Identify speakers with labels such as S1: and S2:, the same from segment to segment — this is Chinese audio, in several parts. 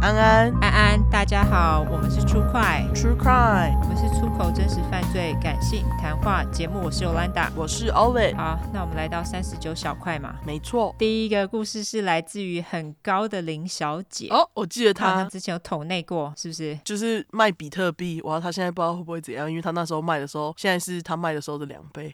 S1: 安安
S2: 安安，大家好，我们是出快，
S1: ，True Crime，
S2: 我们是出口真实犯罪感性谈话节目，我是 Yolanda。
S1: 我是 Olive，
S2: 好，那我们来到三十九小块嘛。
S1: 没错。
S2: 第一个故事是来自于很高的林小姐，
S1: 哦，我记得
S2: 她好像
S1: 他
S2: 之前有投内过，是不是？
S1: 就是卖比特币，哇，他现在不知道会不会怎样，因为他那时候卖的时候，现在是他卖的时候的两 倍。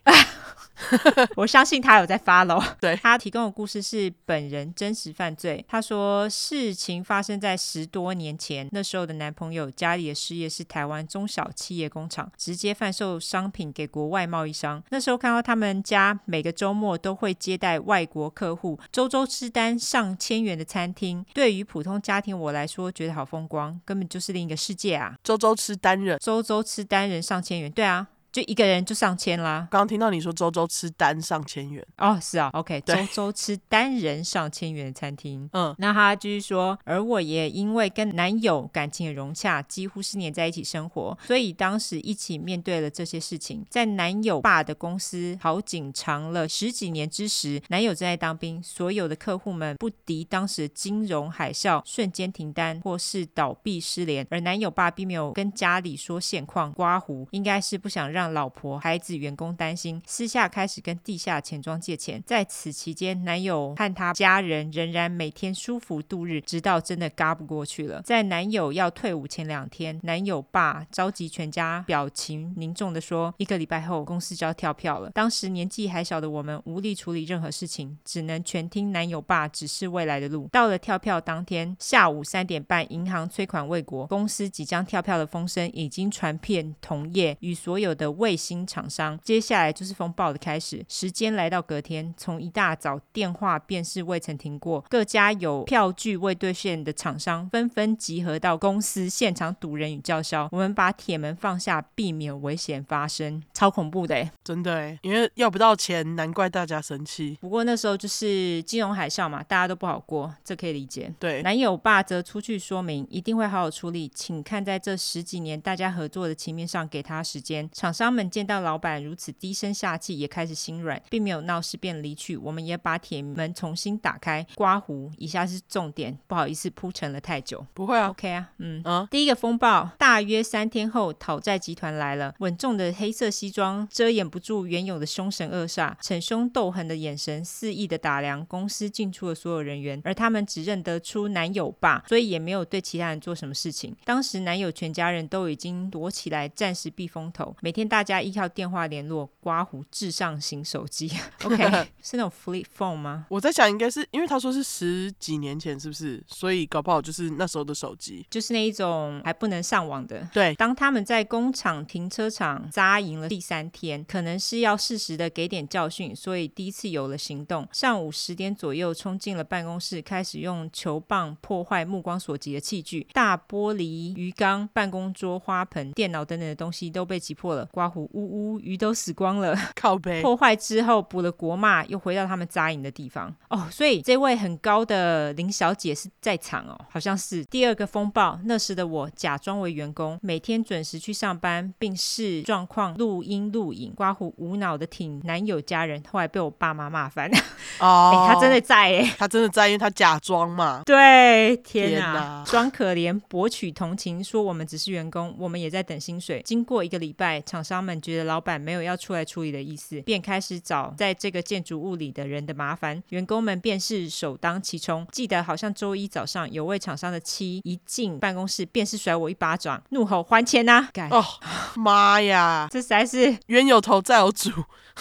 S2: 我相信他有在发喽。
S1: 对
S2: 他提供的故事是本人真实犯罪。他说事情发生在十多年前，那时候的男朋友家里的事业是台湾中小企业工厂，直接贩售商品给国外贸易商。那时候看到他们家每个周末都会接待外国客户，周周吃单上千元的餐厅，对于普通家庭我来说觉得好风光，根本就是另一个世界啊！
S1: 周周吃单人，
S2: 周周吃单人上千元，对啊，就一个人就上千啦。
S1: 刚刚听到你说周周吃单上千元，
S2: 哦，是啊，OK，周
S1: 对
S2: 周吃单人上千元的餐厅。
S1: 嗯，
S2: 那他继续说，而我也因为跟男友感情的融洽，几乎是黏在一起生活，所以当时一起面对了这些事情。在男友爸的公司好景长了十几年之时，男友正在当兵，所有的客户们不敌当时金融海啸，瞬间停单或是倒闭失联，而男友爸并没有跟家里说现况，刮胡应该是不想让老婆、孩子、员工担心，私下开始跟地下钱庄借钱。在此期间，男友和他家人仍然每天舒服度日，直到真的嘎不过去了。在男友要退伍前两天，男友爸召集全家，表情凝重的说：“一个礼拜后，公司就要跳票了。”当时年纪还小的我们无力处理任何事情，只能全听男友爸指示未来的路。到了跳票当天下午三点半，银行催款未果，公司即将跳票的风声已经传遍同业与所有的卫星厂商。接下来就是风暴的开始。时间来到隔天，从一大早电话便是未曾停过，各家有票据未兑现的厂商纷纷集合到公司现场堵人与叫嚣。我们把铁门放下，避免危险发生，超恐怖的欸
S1: 真的哎，因为要不到钱，难怪大家生气。
S2: 不过那时候就是金融海啸嘛，大家都不好过，这可以理解。
S1: 对，
S2: 男友爸则出去说明，一定会好好处理，请看在这十几年大家合作的情面上给他时间。厂商们见到老板如此低声下气，也开始心软，并没有闹事便离去。我们也把铁门重新打开，刮胡。以下是重点，不好意思铺陈了太久。
S1: 不会啊，
S2: OK 啊，嗯。
S1: 啊，
S2: 第一个风暴，大约三天后，讨债集团来了。稳重的黑色西装遮掩不住原有的凶神恶煞，逞凶斗狠的眼神肆意的打量公司进出的所有人员，而他们只认得出男友爸，所以也没有对其他人做什么事情。当时男友全家人都已经躲起来，暂时避风头。每天大家依靠电话联络，刮胡至上型手机。OK，是那种 flip phone 吗？
S1: 我在想应该是因为他说是十几年前，是不是？所以搞不好就是那时候的手机。
S2: 就是那一种还不能上网的，
S1: 对，
S2: 当他们在工厂停车场扎营了第三天，可能是要适时的给点教训，所以第一次有了行动。上午十点左右，冲进了办公室，开始用球棒破坏目光所及的器具，大玻璃、鱼缸、办公桌、花盆、电脑等等的东西都被击破了。刮胡呜呜，鱼都死光了。
S1: 靠背。
S2: 破坏之后补了国骂，又回到他们扎营的地方。哦，所以这位很高的林小姐是在场哦，好像是第二个风暴。那时的我假装为员工，每天准时去上班，并视状况录音录影，刮胡无脑的挺男友家人，后来被我爸妈骂翻。哎、
S1: 哦，
S2: 他真的，在哎、
S1: 他真的在，因为他假装嘛。
S2: 对，天
S1: 天
S2: 哪
S1: 哪，
S2: 装可怜博取同情，说我们只是员工，我们也在等薪水。经过一个礼拜，厂商们觉得老板没有要出来处理的意思，便开始找在这个建筑物里的人的麻烦，员工们便是首当其冲。记得好像周一早上，有位厂商的妻一进办公室，便是甩我一巴掌，怒吼还钱呐、 干
S1: 哦，妈呀，
S2: 这实在是
S1: 冤有头债有主。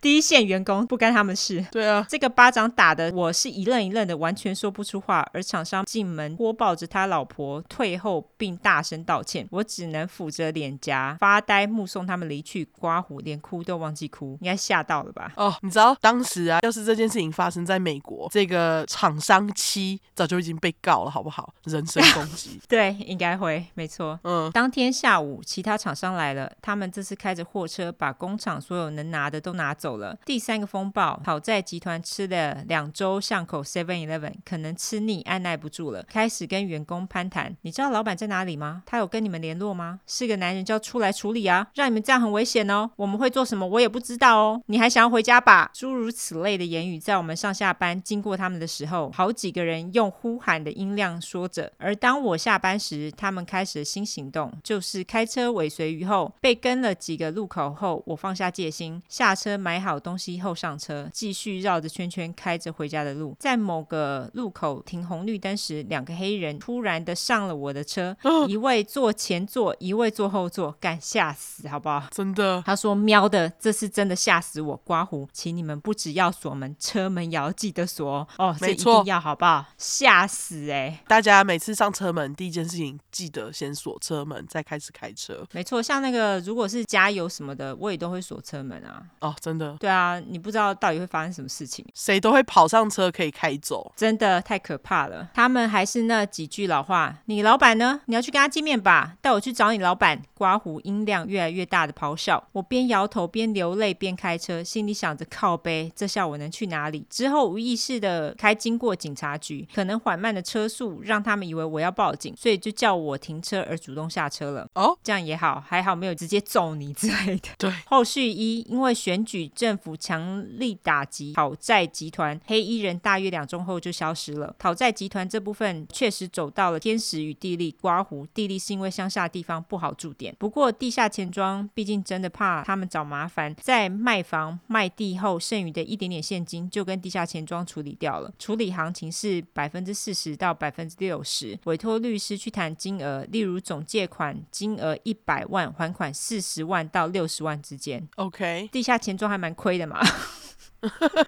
S2: 第一线员工不干他们事。
S1: 对啊，
S2: 这个巴掌打的我是一愣一愣的，完全说不出话。而厂商进门，拖抱着他老婆退后，并大声道歉。我只能抚着脸颊发呆，目送他们离去。刮胡连哭都忘记哭，应该吓到了吧？。
S1: 哦，你知道当时啊，要是这件事情发生在美国，这个厂商七早就已经被告了，好不好？人身攻击
S2: 对，应该会，没错。
S1: 嗯，
S2: 当天下午，其他厂商来了，他们这次开着货车把工厂所有能拿的都拿走走了。第三个风暴，讨债集团吃了两周巷口 Seven Eleven，可能吃腻按耐不住了，开始跟员工攀谈。你知道老板在哪里吗？他有跟你们联络吗？是个男人就要出来处理啊，让你们这样很危险哦。我们会做什么我也不知道哦。你还想要回家吧？诸如此类的言语，在我们上下班经过他们的时候，好几个人用呼喊的音量说着。而当我下班时，他们开始了新行动，就是开车尾随于后，被跟了几个路口后，我放下戒心，下车买好东西后上车，继续绕着圈圈开着回家的路。在某个路口停红绿灯时，两个黑人突然的上了我的车，一位坐前座，一位坐后座，干吓死好不好？
S1: 真的
S2: 他说：“喵的，这次真的吓死我！刮胡，请你们不只要锁门，车门也要记得锁哦。哦，这
S1: 没
S2: 一
S1: 错
S2: 定要好不好？吓死哎、
S1: 大家每次上车门，第一件事情记得先锁车门，再开始开车
S2: 没错，像那个如果是加油什么的，我也都会锁车门啊。
S1: 哦。真的，
S2: 对啊，你不知道到底会发生什么事情。”
S1: 谁都会跑上车可以开走。
S2: 真的太可怕了，他们还是那几句老话。你老板呢？你要去跟他见面吧，带我去找你老板。刮胡音量越来越大的咆哮，我边摇头边流泪边开车，心里想着靠背，这下我能去哪里？之后无意识的开经过警察局，可能缓慢的车速让他们以为我要报警，所以就叫我停车而主动下车了。
S1: 哦，
S2: 这样也好，还好没有直接揍你之类的。
S1: 对，
S2: 后续一，因为选举政府强力打击讨债集团，黑衣人大约两周后就消失了。讨债集团这部分确实走到了天时与地利。刮胡地利是因为乡下地方不好驻点，不过地下钱庄毕竟真的怕他们找麻烦，在卖房卖地后，剩余的一点点现金就跟地下钱庄处理掉了。处理行情是百分之四十到百分之六十，委托律师去谈金额，例如总借款金额一百万，还款四十万到六十万之间。
S1: OK，
S2: 地下钱庄还蛮亏的嘛。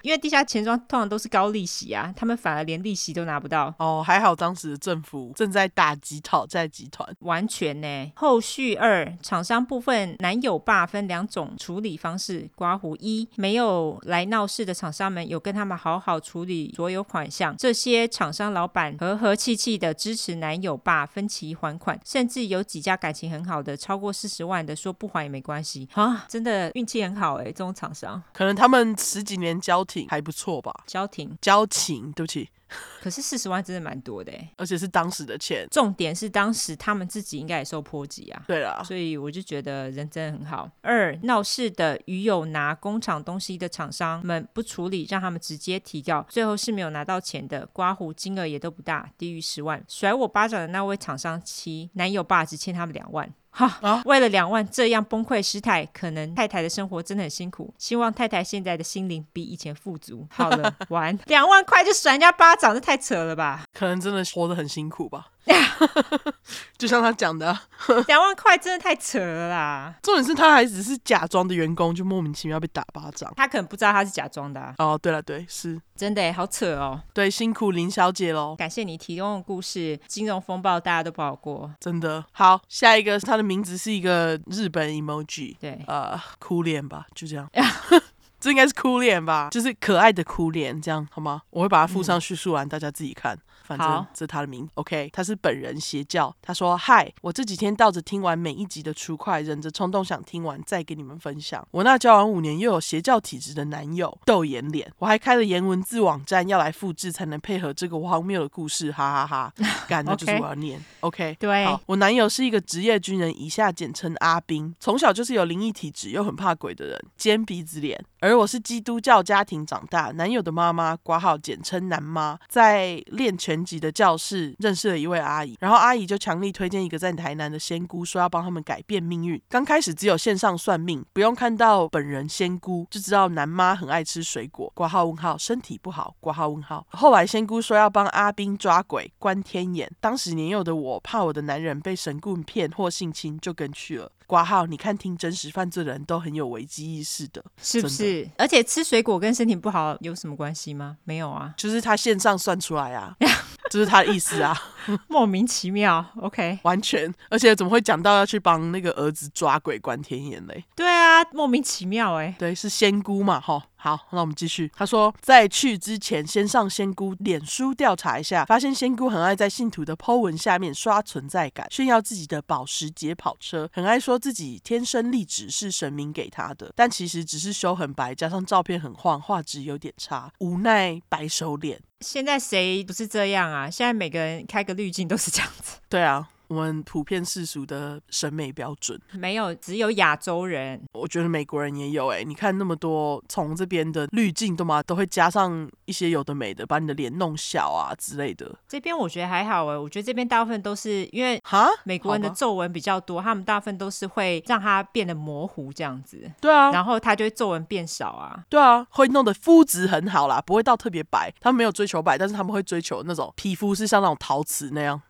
S2: 因为地下钱庄通常都是高利息啊，他们反而连利息都拿不到，
S1: 哦，还好当时的政府正在打击讨债集团。
S2: 完全呢。后续二厂商部分男友爸分两种处理方式，刮胡一没有来闹事的厂商们有跟他们好好处理所有款项，这些厂商老板和和气气的支持男友爸分期还款，甚至有几家感情很好的超过四十万的说不还也没关系啊，真的运气很好哎，这种厂商
S1: 可能他们十几年交情还不错吧，
S2: 消停。
S1: 交情，对不起，
S2: 可是四十万真的蛮多的哎。
S1: 而且是当时的钱。
S2: 重点是当时他们自己应该也受波及啊。
S1: 对啦，
S2: 所以我就觉得人真的很好。二闹事的与有拿工厂东西的厂商们不处理，让他们直接提告，最后是没有拿到钱的，刮胡金额也都不大，低于十万。甩我巴掌的那位厂商七男友爸只欠他们两万。 哈、
S1: 啊
S2: 为了两万这样崩溃失态，可能太太的生活真的很辛苦。希望太太现在的心灵比以前富 足。好了，完两万块就甩人家巴掌，这太扯了吧！
S1: 可能真的活得很辛苦吧。就像他讲的啊、
S2: 两万块真的太扯了啦！
S1: 重点是他还只是假装的员工，就莫名其妙被打巴掌。
S2: 他可能不知道他是假装的、啊，
S1: 哦，对了，对，是
S2: 真的耶好扯哦！
S1: 对，辛苦林小姐喽，
S2: 感谢你提供的故事，金融风暴大家都不好过。
S1: 真的。好，下一个，他的名字是一个日本 emoji，
S2: 对，
S1: 呃，哭脸吧，就 这样。这应该是哭脸吧，就是可爱的哭脸，这样好吗？我会把它附上叙述栏，大家自己看。反正
S2: 好
S1: 这是他的名字，OK，他是本人邪教。他说：“嗨，我这几天倒着听完每一集的初快，忍着冲动想听完再给你们分享。我那交往五年又有邪教体质的男友，豆眼脸，我还开了颜文字网站要来复制才能配合这个荒谬的故事，哈哈哈干，那 就是我要念，OK，
S2: 对
S1: 好，我男友是一个职业军人，以下简称阿兵，从小就是有灵异体质又很怕鬼的人，尖鼻子脸。而我是基督教家庭长大，男友的妈妈（挂号简称男妈）在练拳击的教室认识了一位阿姨，然后阿姨就强力推荐一个在台南的仙姑，说要帮他们改变命运。刚开始只有线上算命，不用看到本人仙姑就知道男妈很爱吃水果（挂号问号），身体不好（挂号问号）。后来仙姑说要帮阿兵抓鬼、关天眼，当时年幼的我怕我的男人被神棍骗或性侵，就跟去了。挂号，你看听真实犯罪的人都很有危机意识的，
S2: 是不
S1: 真的？
S2: 是？而且吃水果跟身体不好有什么关系吗？没有啊，
S1: 就是他线上算出来啊，这是他的意思啊，
S2: 莫名其妙。OK，
S1: 完全。而且怎么会讲到要去帮那个儿子抓鬼、关天眼嘞？
S2: 对啊，莫名其妙哎、
S1: 对，是仙姑嘛，哈。好，那我们继续。他说，在去之前，先上仙姑脸书调查一下，发现仙姑很爱在信徒的 Po 文下面刷存在感，炫耀自己的保时捷跑车，很爱说自己天生丽质是神明给她的，但其实只是修很白，加上照片很晃，画质有点差，无奈白手脸。
S2: 现在谁不是这样啊？现在每个人开个滤镜都是这样子，
S1: 对啊，我们普遍世俗的审美标准。
S2: 没有只有亚洲人。
S1: 我觉得美国人也有哎、你看那么多从这边的滤镜都嘛，都会加上一些有的没的，把你的脸弄小啊之类的。
S2: 这边我觉得还好哎、我觉得这边大部分都是因为
S1: 哈，
S2: 美国人的
S1: 好吧
S2: 皱纹比较多，他们大部分都是会让它变得模糊这样子，
S1: 对啊，
S2: 然后它就会皱纹变少啊。
S1: 对啊，会弄得肤质很好啦，不会到特别白。他们没有追求白，但是他们会追求那种皮肤是像那种陶瓷那样。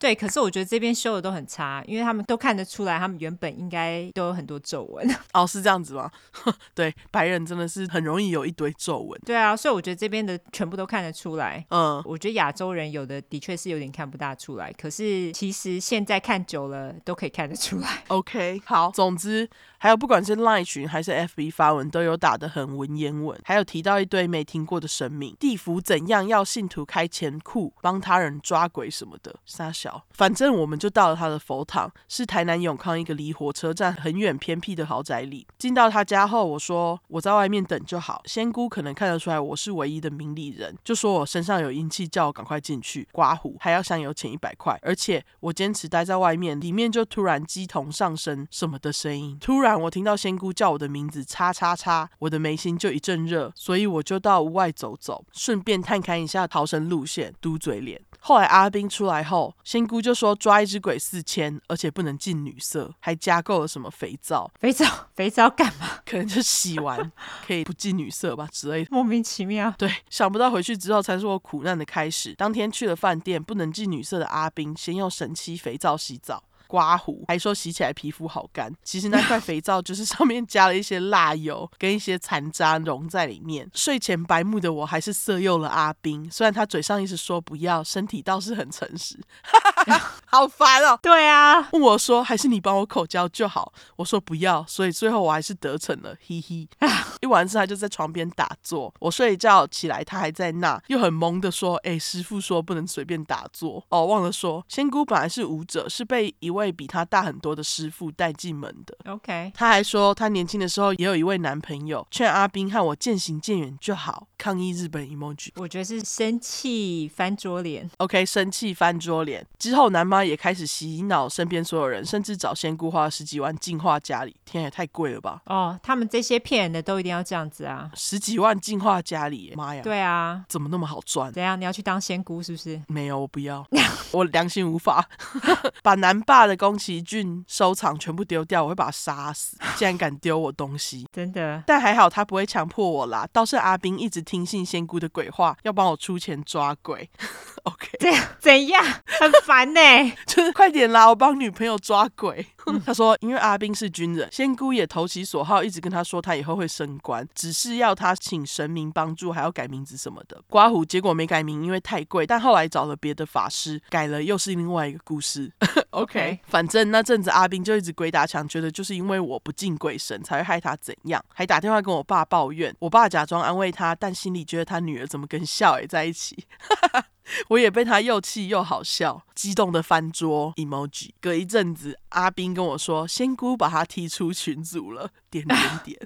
S2: 对，可是我觉得这边修的都很差，因为他们都看得出来，他们原本应该都有很多皱纹。
S1: 哦，是这样子吗？ 对，白人真的是很容易有一堆皱纹。
S2: 对啊，所以我觉得这边的全部都看得出来。
S1: 嗯，
S2: 我觉得亚洲人有的的确是有点看不大出来，可是其实现在看久了都可以看得出来。
S1: OK，好，总之还有不管是 LINE 群还是 FB 发文，都有打得很文言文，还有提到一堆没听过的神明，地府怎样要信徒开钱库，帮他人抓鬼什么的，傻小。反正我们就到了他的佛堂，是台南永康一个离火车站很远偏僻的豪宅里。进到他家后，我说我在外面等就好。仙姑可能看得出来我是唯一的明理人，就说我身上有阴气，叫我赶快进去刮胡，还要香油钱一百块。而且我坚持待在外面，里面就突然鸡同上升什么的声音。突然我听到仙姑叫我的名字，叉叉叉，我的眉心就一阵热，所以我就到屋外走走，顺便探勘一下逃生路线，嘟嘴脸。后来阿兵出来后，仙姑就说抓一只鬼四千，而且不能进女色，还加购了什么肥皂，
S2: 肥皂，肥皂干嘛？
S1: 可能就洗完 可以不进女色吧之类的。
S2: 莫名其妙。
S1: 对，想不到回去之后才是我苦难的开始。当天去了饭店，不能进女色的阿兵，先用神奇肥皂洗澡。刮胡，还说洗起来皮肤好干。其实那块肥皂就是上面加了一些蜡油跟一些残渣溶在里面。睡前白目的我还是色诱了阿兵，虽然他嘴上一直说不要，身体倒是很诚实。 好烦哦！
S2: 对啊，
S1: 问我说，还是你帮我口交就好。我说不要，所以最后我还是得逞了，嘿嘿。一完事他就在床边打坐，我睡一觉起来，他还在那，又很懵的说：“哎、师傅说不能随便打坐。”哦，忘了说，仙姑本来是舞者，是被一位比她大很多的师傅带进门的。
S2: OK，
S1: 她还说，她年轻的时候也有一位男朋友，劝阿兵和我渐行渐远就好，抗议日本 emoji。
S2: 我觉得是生气翻桌脸。
S1: OK，生气翻桌脸之后，南妈也开始洗脑身边所有人，甚至找仙姑花了十几万净化家里。天啊，也太贵了吧！
S2: 哦，他们这些骗人的都一定要这样子啊。
S1: 十几万净化家里，妈呀！，
S2: 对啊，
S1: 怎么那么好赚？
S2: 怎样？你要去当仙姑是不是？
S1: 没有，我不要，我良心无法。 把南霸的宫崎骏收藏全部丢掉，我会把他杀死。竟然敢丢我东西！
S2: 真的，
S1: 但还好他不会强迫我啦。倒是阿兵一直听信仙姑的鬼话，要帮我出钱抓鬼。OK，
S2: 怎样？很烦呢、
S1: 就是快点啦，我帮女朋友抓鬼。嗯他说，因为阿兵是军人，仙姑也投其所好，一直跟他说他以后会升官，只是要他请神明帮助，还要改名字什么的。刮胡结果没改名，因为太贵，但后来找了别的法师改了，又是另外一个故事。
S2: OK
S1: 反正那阵子阿兵就一直鬼打墙，觉得就是因为我不敬鬼神才会害他怎样，还打电话跟我爸抱怨。我爸假装安慰他，但心里觉得他女儿怎么跟笑诶在一起。 我也被他又气又好笑，激动的翻桌 emoji。隔一阵子，阿斌跟我说，仙姑把他踢出群组了，点点点，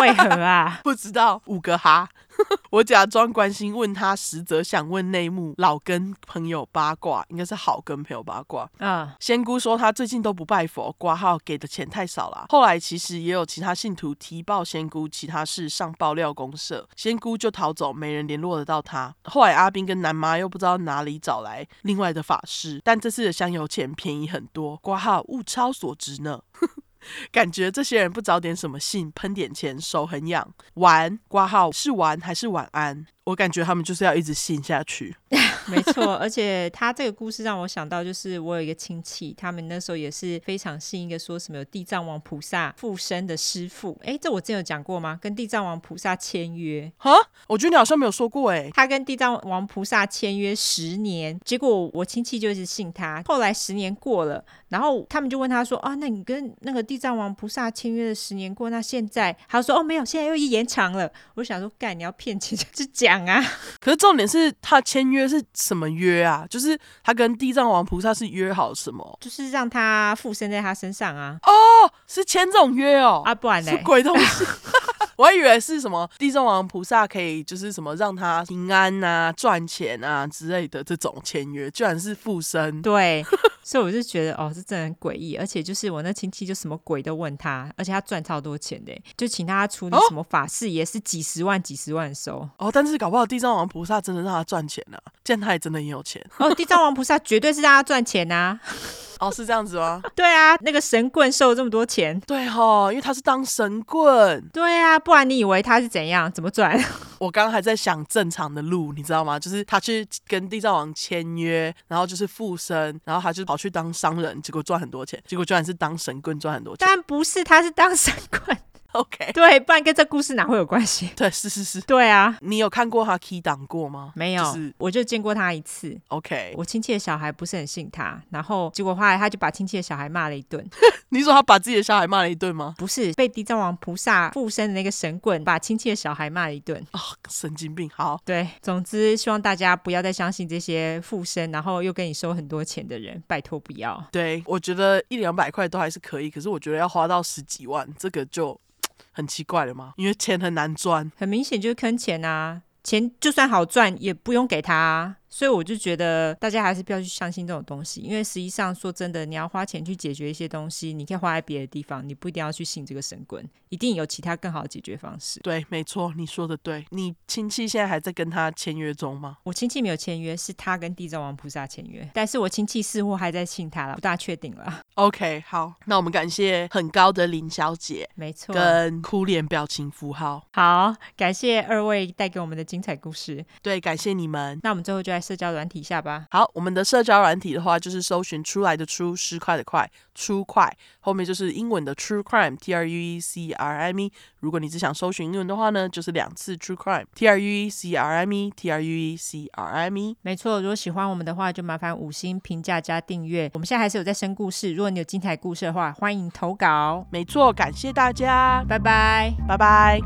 S2: 为何啊？
S1: 不知道五个哈。 我假装关心，问他，实则想问内幕，老跟朋友八卦，应该是好跟朋友八卦。
S2: 嗯，
S1: 仙姑说她最近都不拜佛，挂号给的钱太少了。后来其实也有其他信徒提报仙姑其他事上爆料公社，仙姑就逃走，没人联络得到她。后来阿斌跟南妈又不知道哪里找来另外的法师，但这次的香油钱便宜很多，挂号物超所值呢。 感觉这些人不找点什么信，喷点钱，手很痒。玩挂号是玩还是晚安？我感觉他们就是要一直信下去。
S2: 没错，而且他这个故事让我想到，就是我有一个亲戚，他们那时候也是非常信一个说什么有地藏王菩萨附身的师傅。诶，这我之前有讲过吗？跟地藏王菩萨签约，
S1: 哈，我觉得你好像没有说过欸诶、
S2: 他跟地藏王菩萨签约十年，结果我亲戚就一直信他。后来十年过了，然后他们就问他说：“啊，那你跟那个地藏王菩萨签约了十年过，那现在？”他说：“哦，没有，现在又延长了。”我就想说，干，你要骗钱就讲啊。
S1: 可是重点是他签约是什么约啊？就是他跟地藏王菩萨是约好什么？
S2: 就是让他附身在他身上啊，
S1: 哦，是签这种约哦，
S2: 啊，不然呢
S1: 是？鬼东西。 我还以为是什么地藏王菩萨可以，就是什么让他平安啊、赚钱啊之类的这种签约，居然是附身。
S2: 对，所以我就觉得哦，这真的很诡异，而且就是我那亲戚就什么鬼都问他，而且他赚超多钱的，就请他处理
S1: 哦
S2: 什么法事也是几十万、几十万收。
S1: 哦，但是搞不好地藏王菩萨真的让他赚钱啊， 见他也真的很有钱。
S2: 哦，地藏王菩萨绝对是让他赚钱呐、
S1: 哦，是这样子吗？
S2: 对啊，那个神棍收了这么多钱。
S1: 对哈、因为他是当神棍。
S2: 对啊，不然你以为他是怎样？怎么赚？
S1: 我刚刚还在想正常的路，你知道吗？就是他去跟地藏王签约，然后就是附身，然后他就跑去当商人，结果赚很多钱，结果居然是当神棍赚很多钱。
S2: 但不是，他是当神棍。
S1: OK，
S2: 对，不然跟这故事哪会有关系？
S1: 对，是是是。
S2: 对啊，
S1: 你有看过他 key 档过吗？
S2: 没有，
S1: 就是
S2: 我就见过他一次。
S1: OK，
S2: 我亲戚的小孩不是很信他，然后结果后来他就把亲戚的小孩骂了一顿，
S1: 你说他把自己的小孩骂了一顿吗？
S2: 不是被地藏王菩萨附身的那个神棍把亲戚的小孩骂了一顿。
S1: 啊、神经病！好，
S2: 对，总之希望大家不要再相信这些附身，然后又跟你收很多钱的人，拜托不要。
S1: 对我觉得一两百块都还是可以，可是我觉得要花到十几万，这个就很奇怪了嘛，因为钱很难赚。
S2: 很明显就是坑钱啊，钱就算好赚也不用给他啊、所以我就觉得大家还是不要去相信这种东西，因为实际上说真的，你要花钱去解决一些东西，你可以花在别的地方，你不一定要去信这个神棍，一定有其他更好的解决方式。
S1: 对，没错，你说的对。你亲戚现在还在跟他签约中吗？
S2: 我亲戚没有签约，是他跟地藏王菩萨签约，但是我亲戚似乎还在信他了，不大确定了。
S1: OK，好，那我们感谢很高的林小姐
S2: 没错，
S1: 跟哭脸表情符号，
S2: 好，感谢二位带给我们的精彩故事。
S1: 对，感谢你们。
S2: 那我们最后就在社交软体下吧。
S1: 好，我们的社交软体的话，就是搜寻出来的出，失快的快，出快，后面就是英文的 true crime，t r u e c r i m e。如果你只想搜寻英文的话呢，就是两次 true crime，t r u e c r i m e，t r u e c r i m e。
S2: 没错，如果喜欢我们的话，就麻烦五星评价加订阅。我们现在还是有在生故事，如果你有精彩故事的话，欢迎投稿。
S1: 没错，感谢大家，
S2: 拜拜。
S1: 拜拜。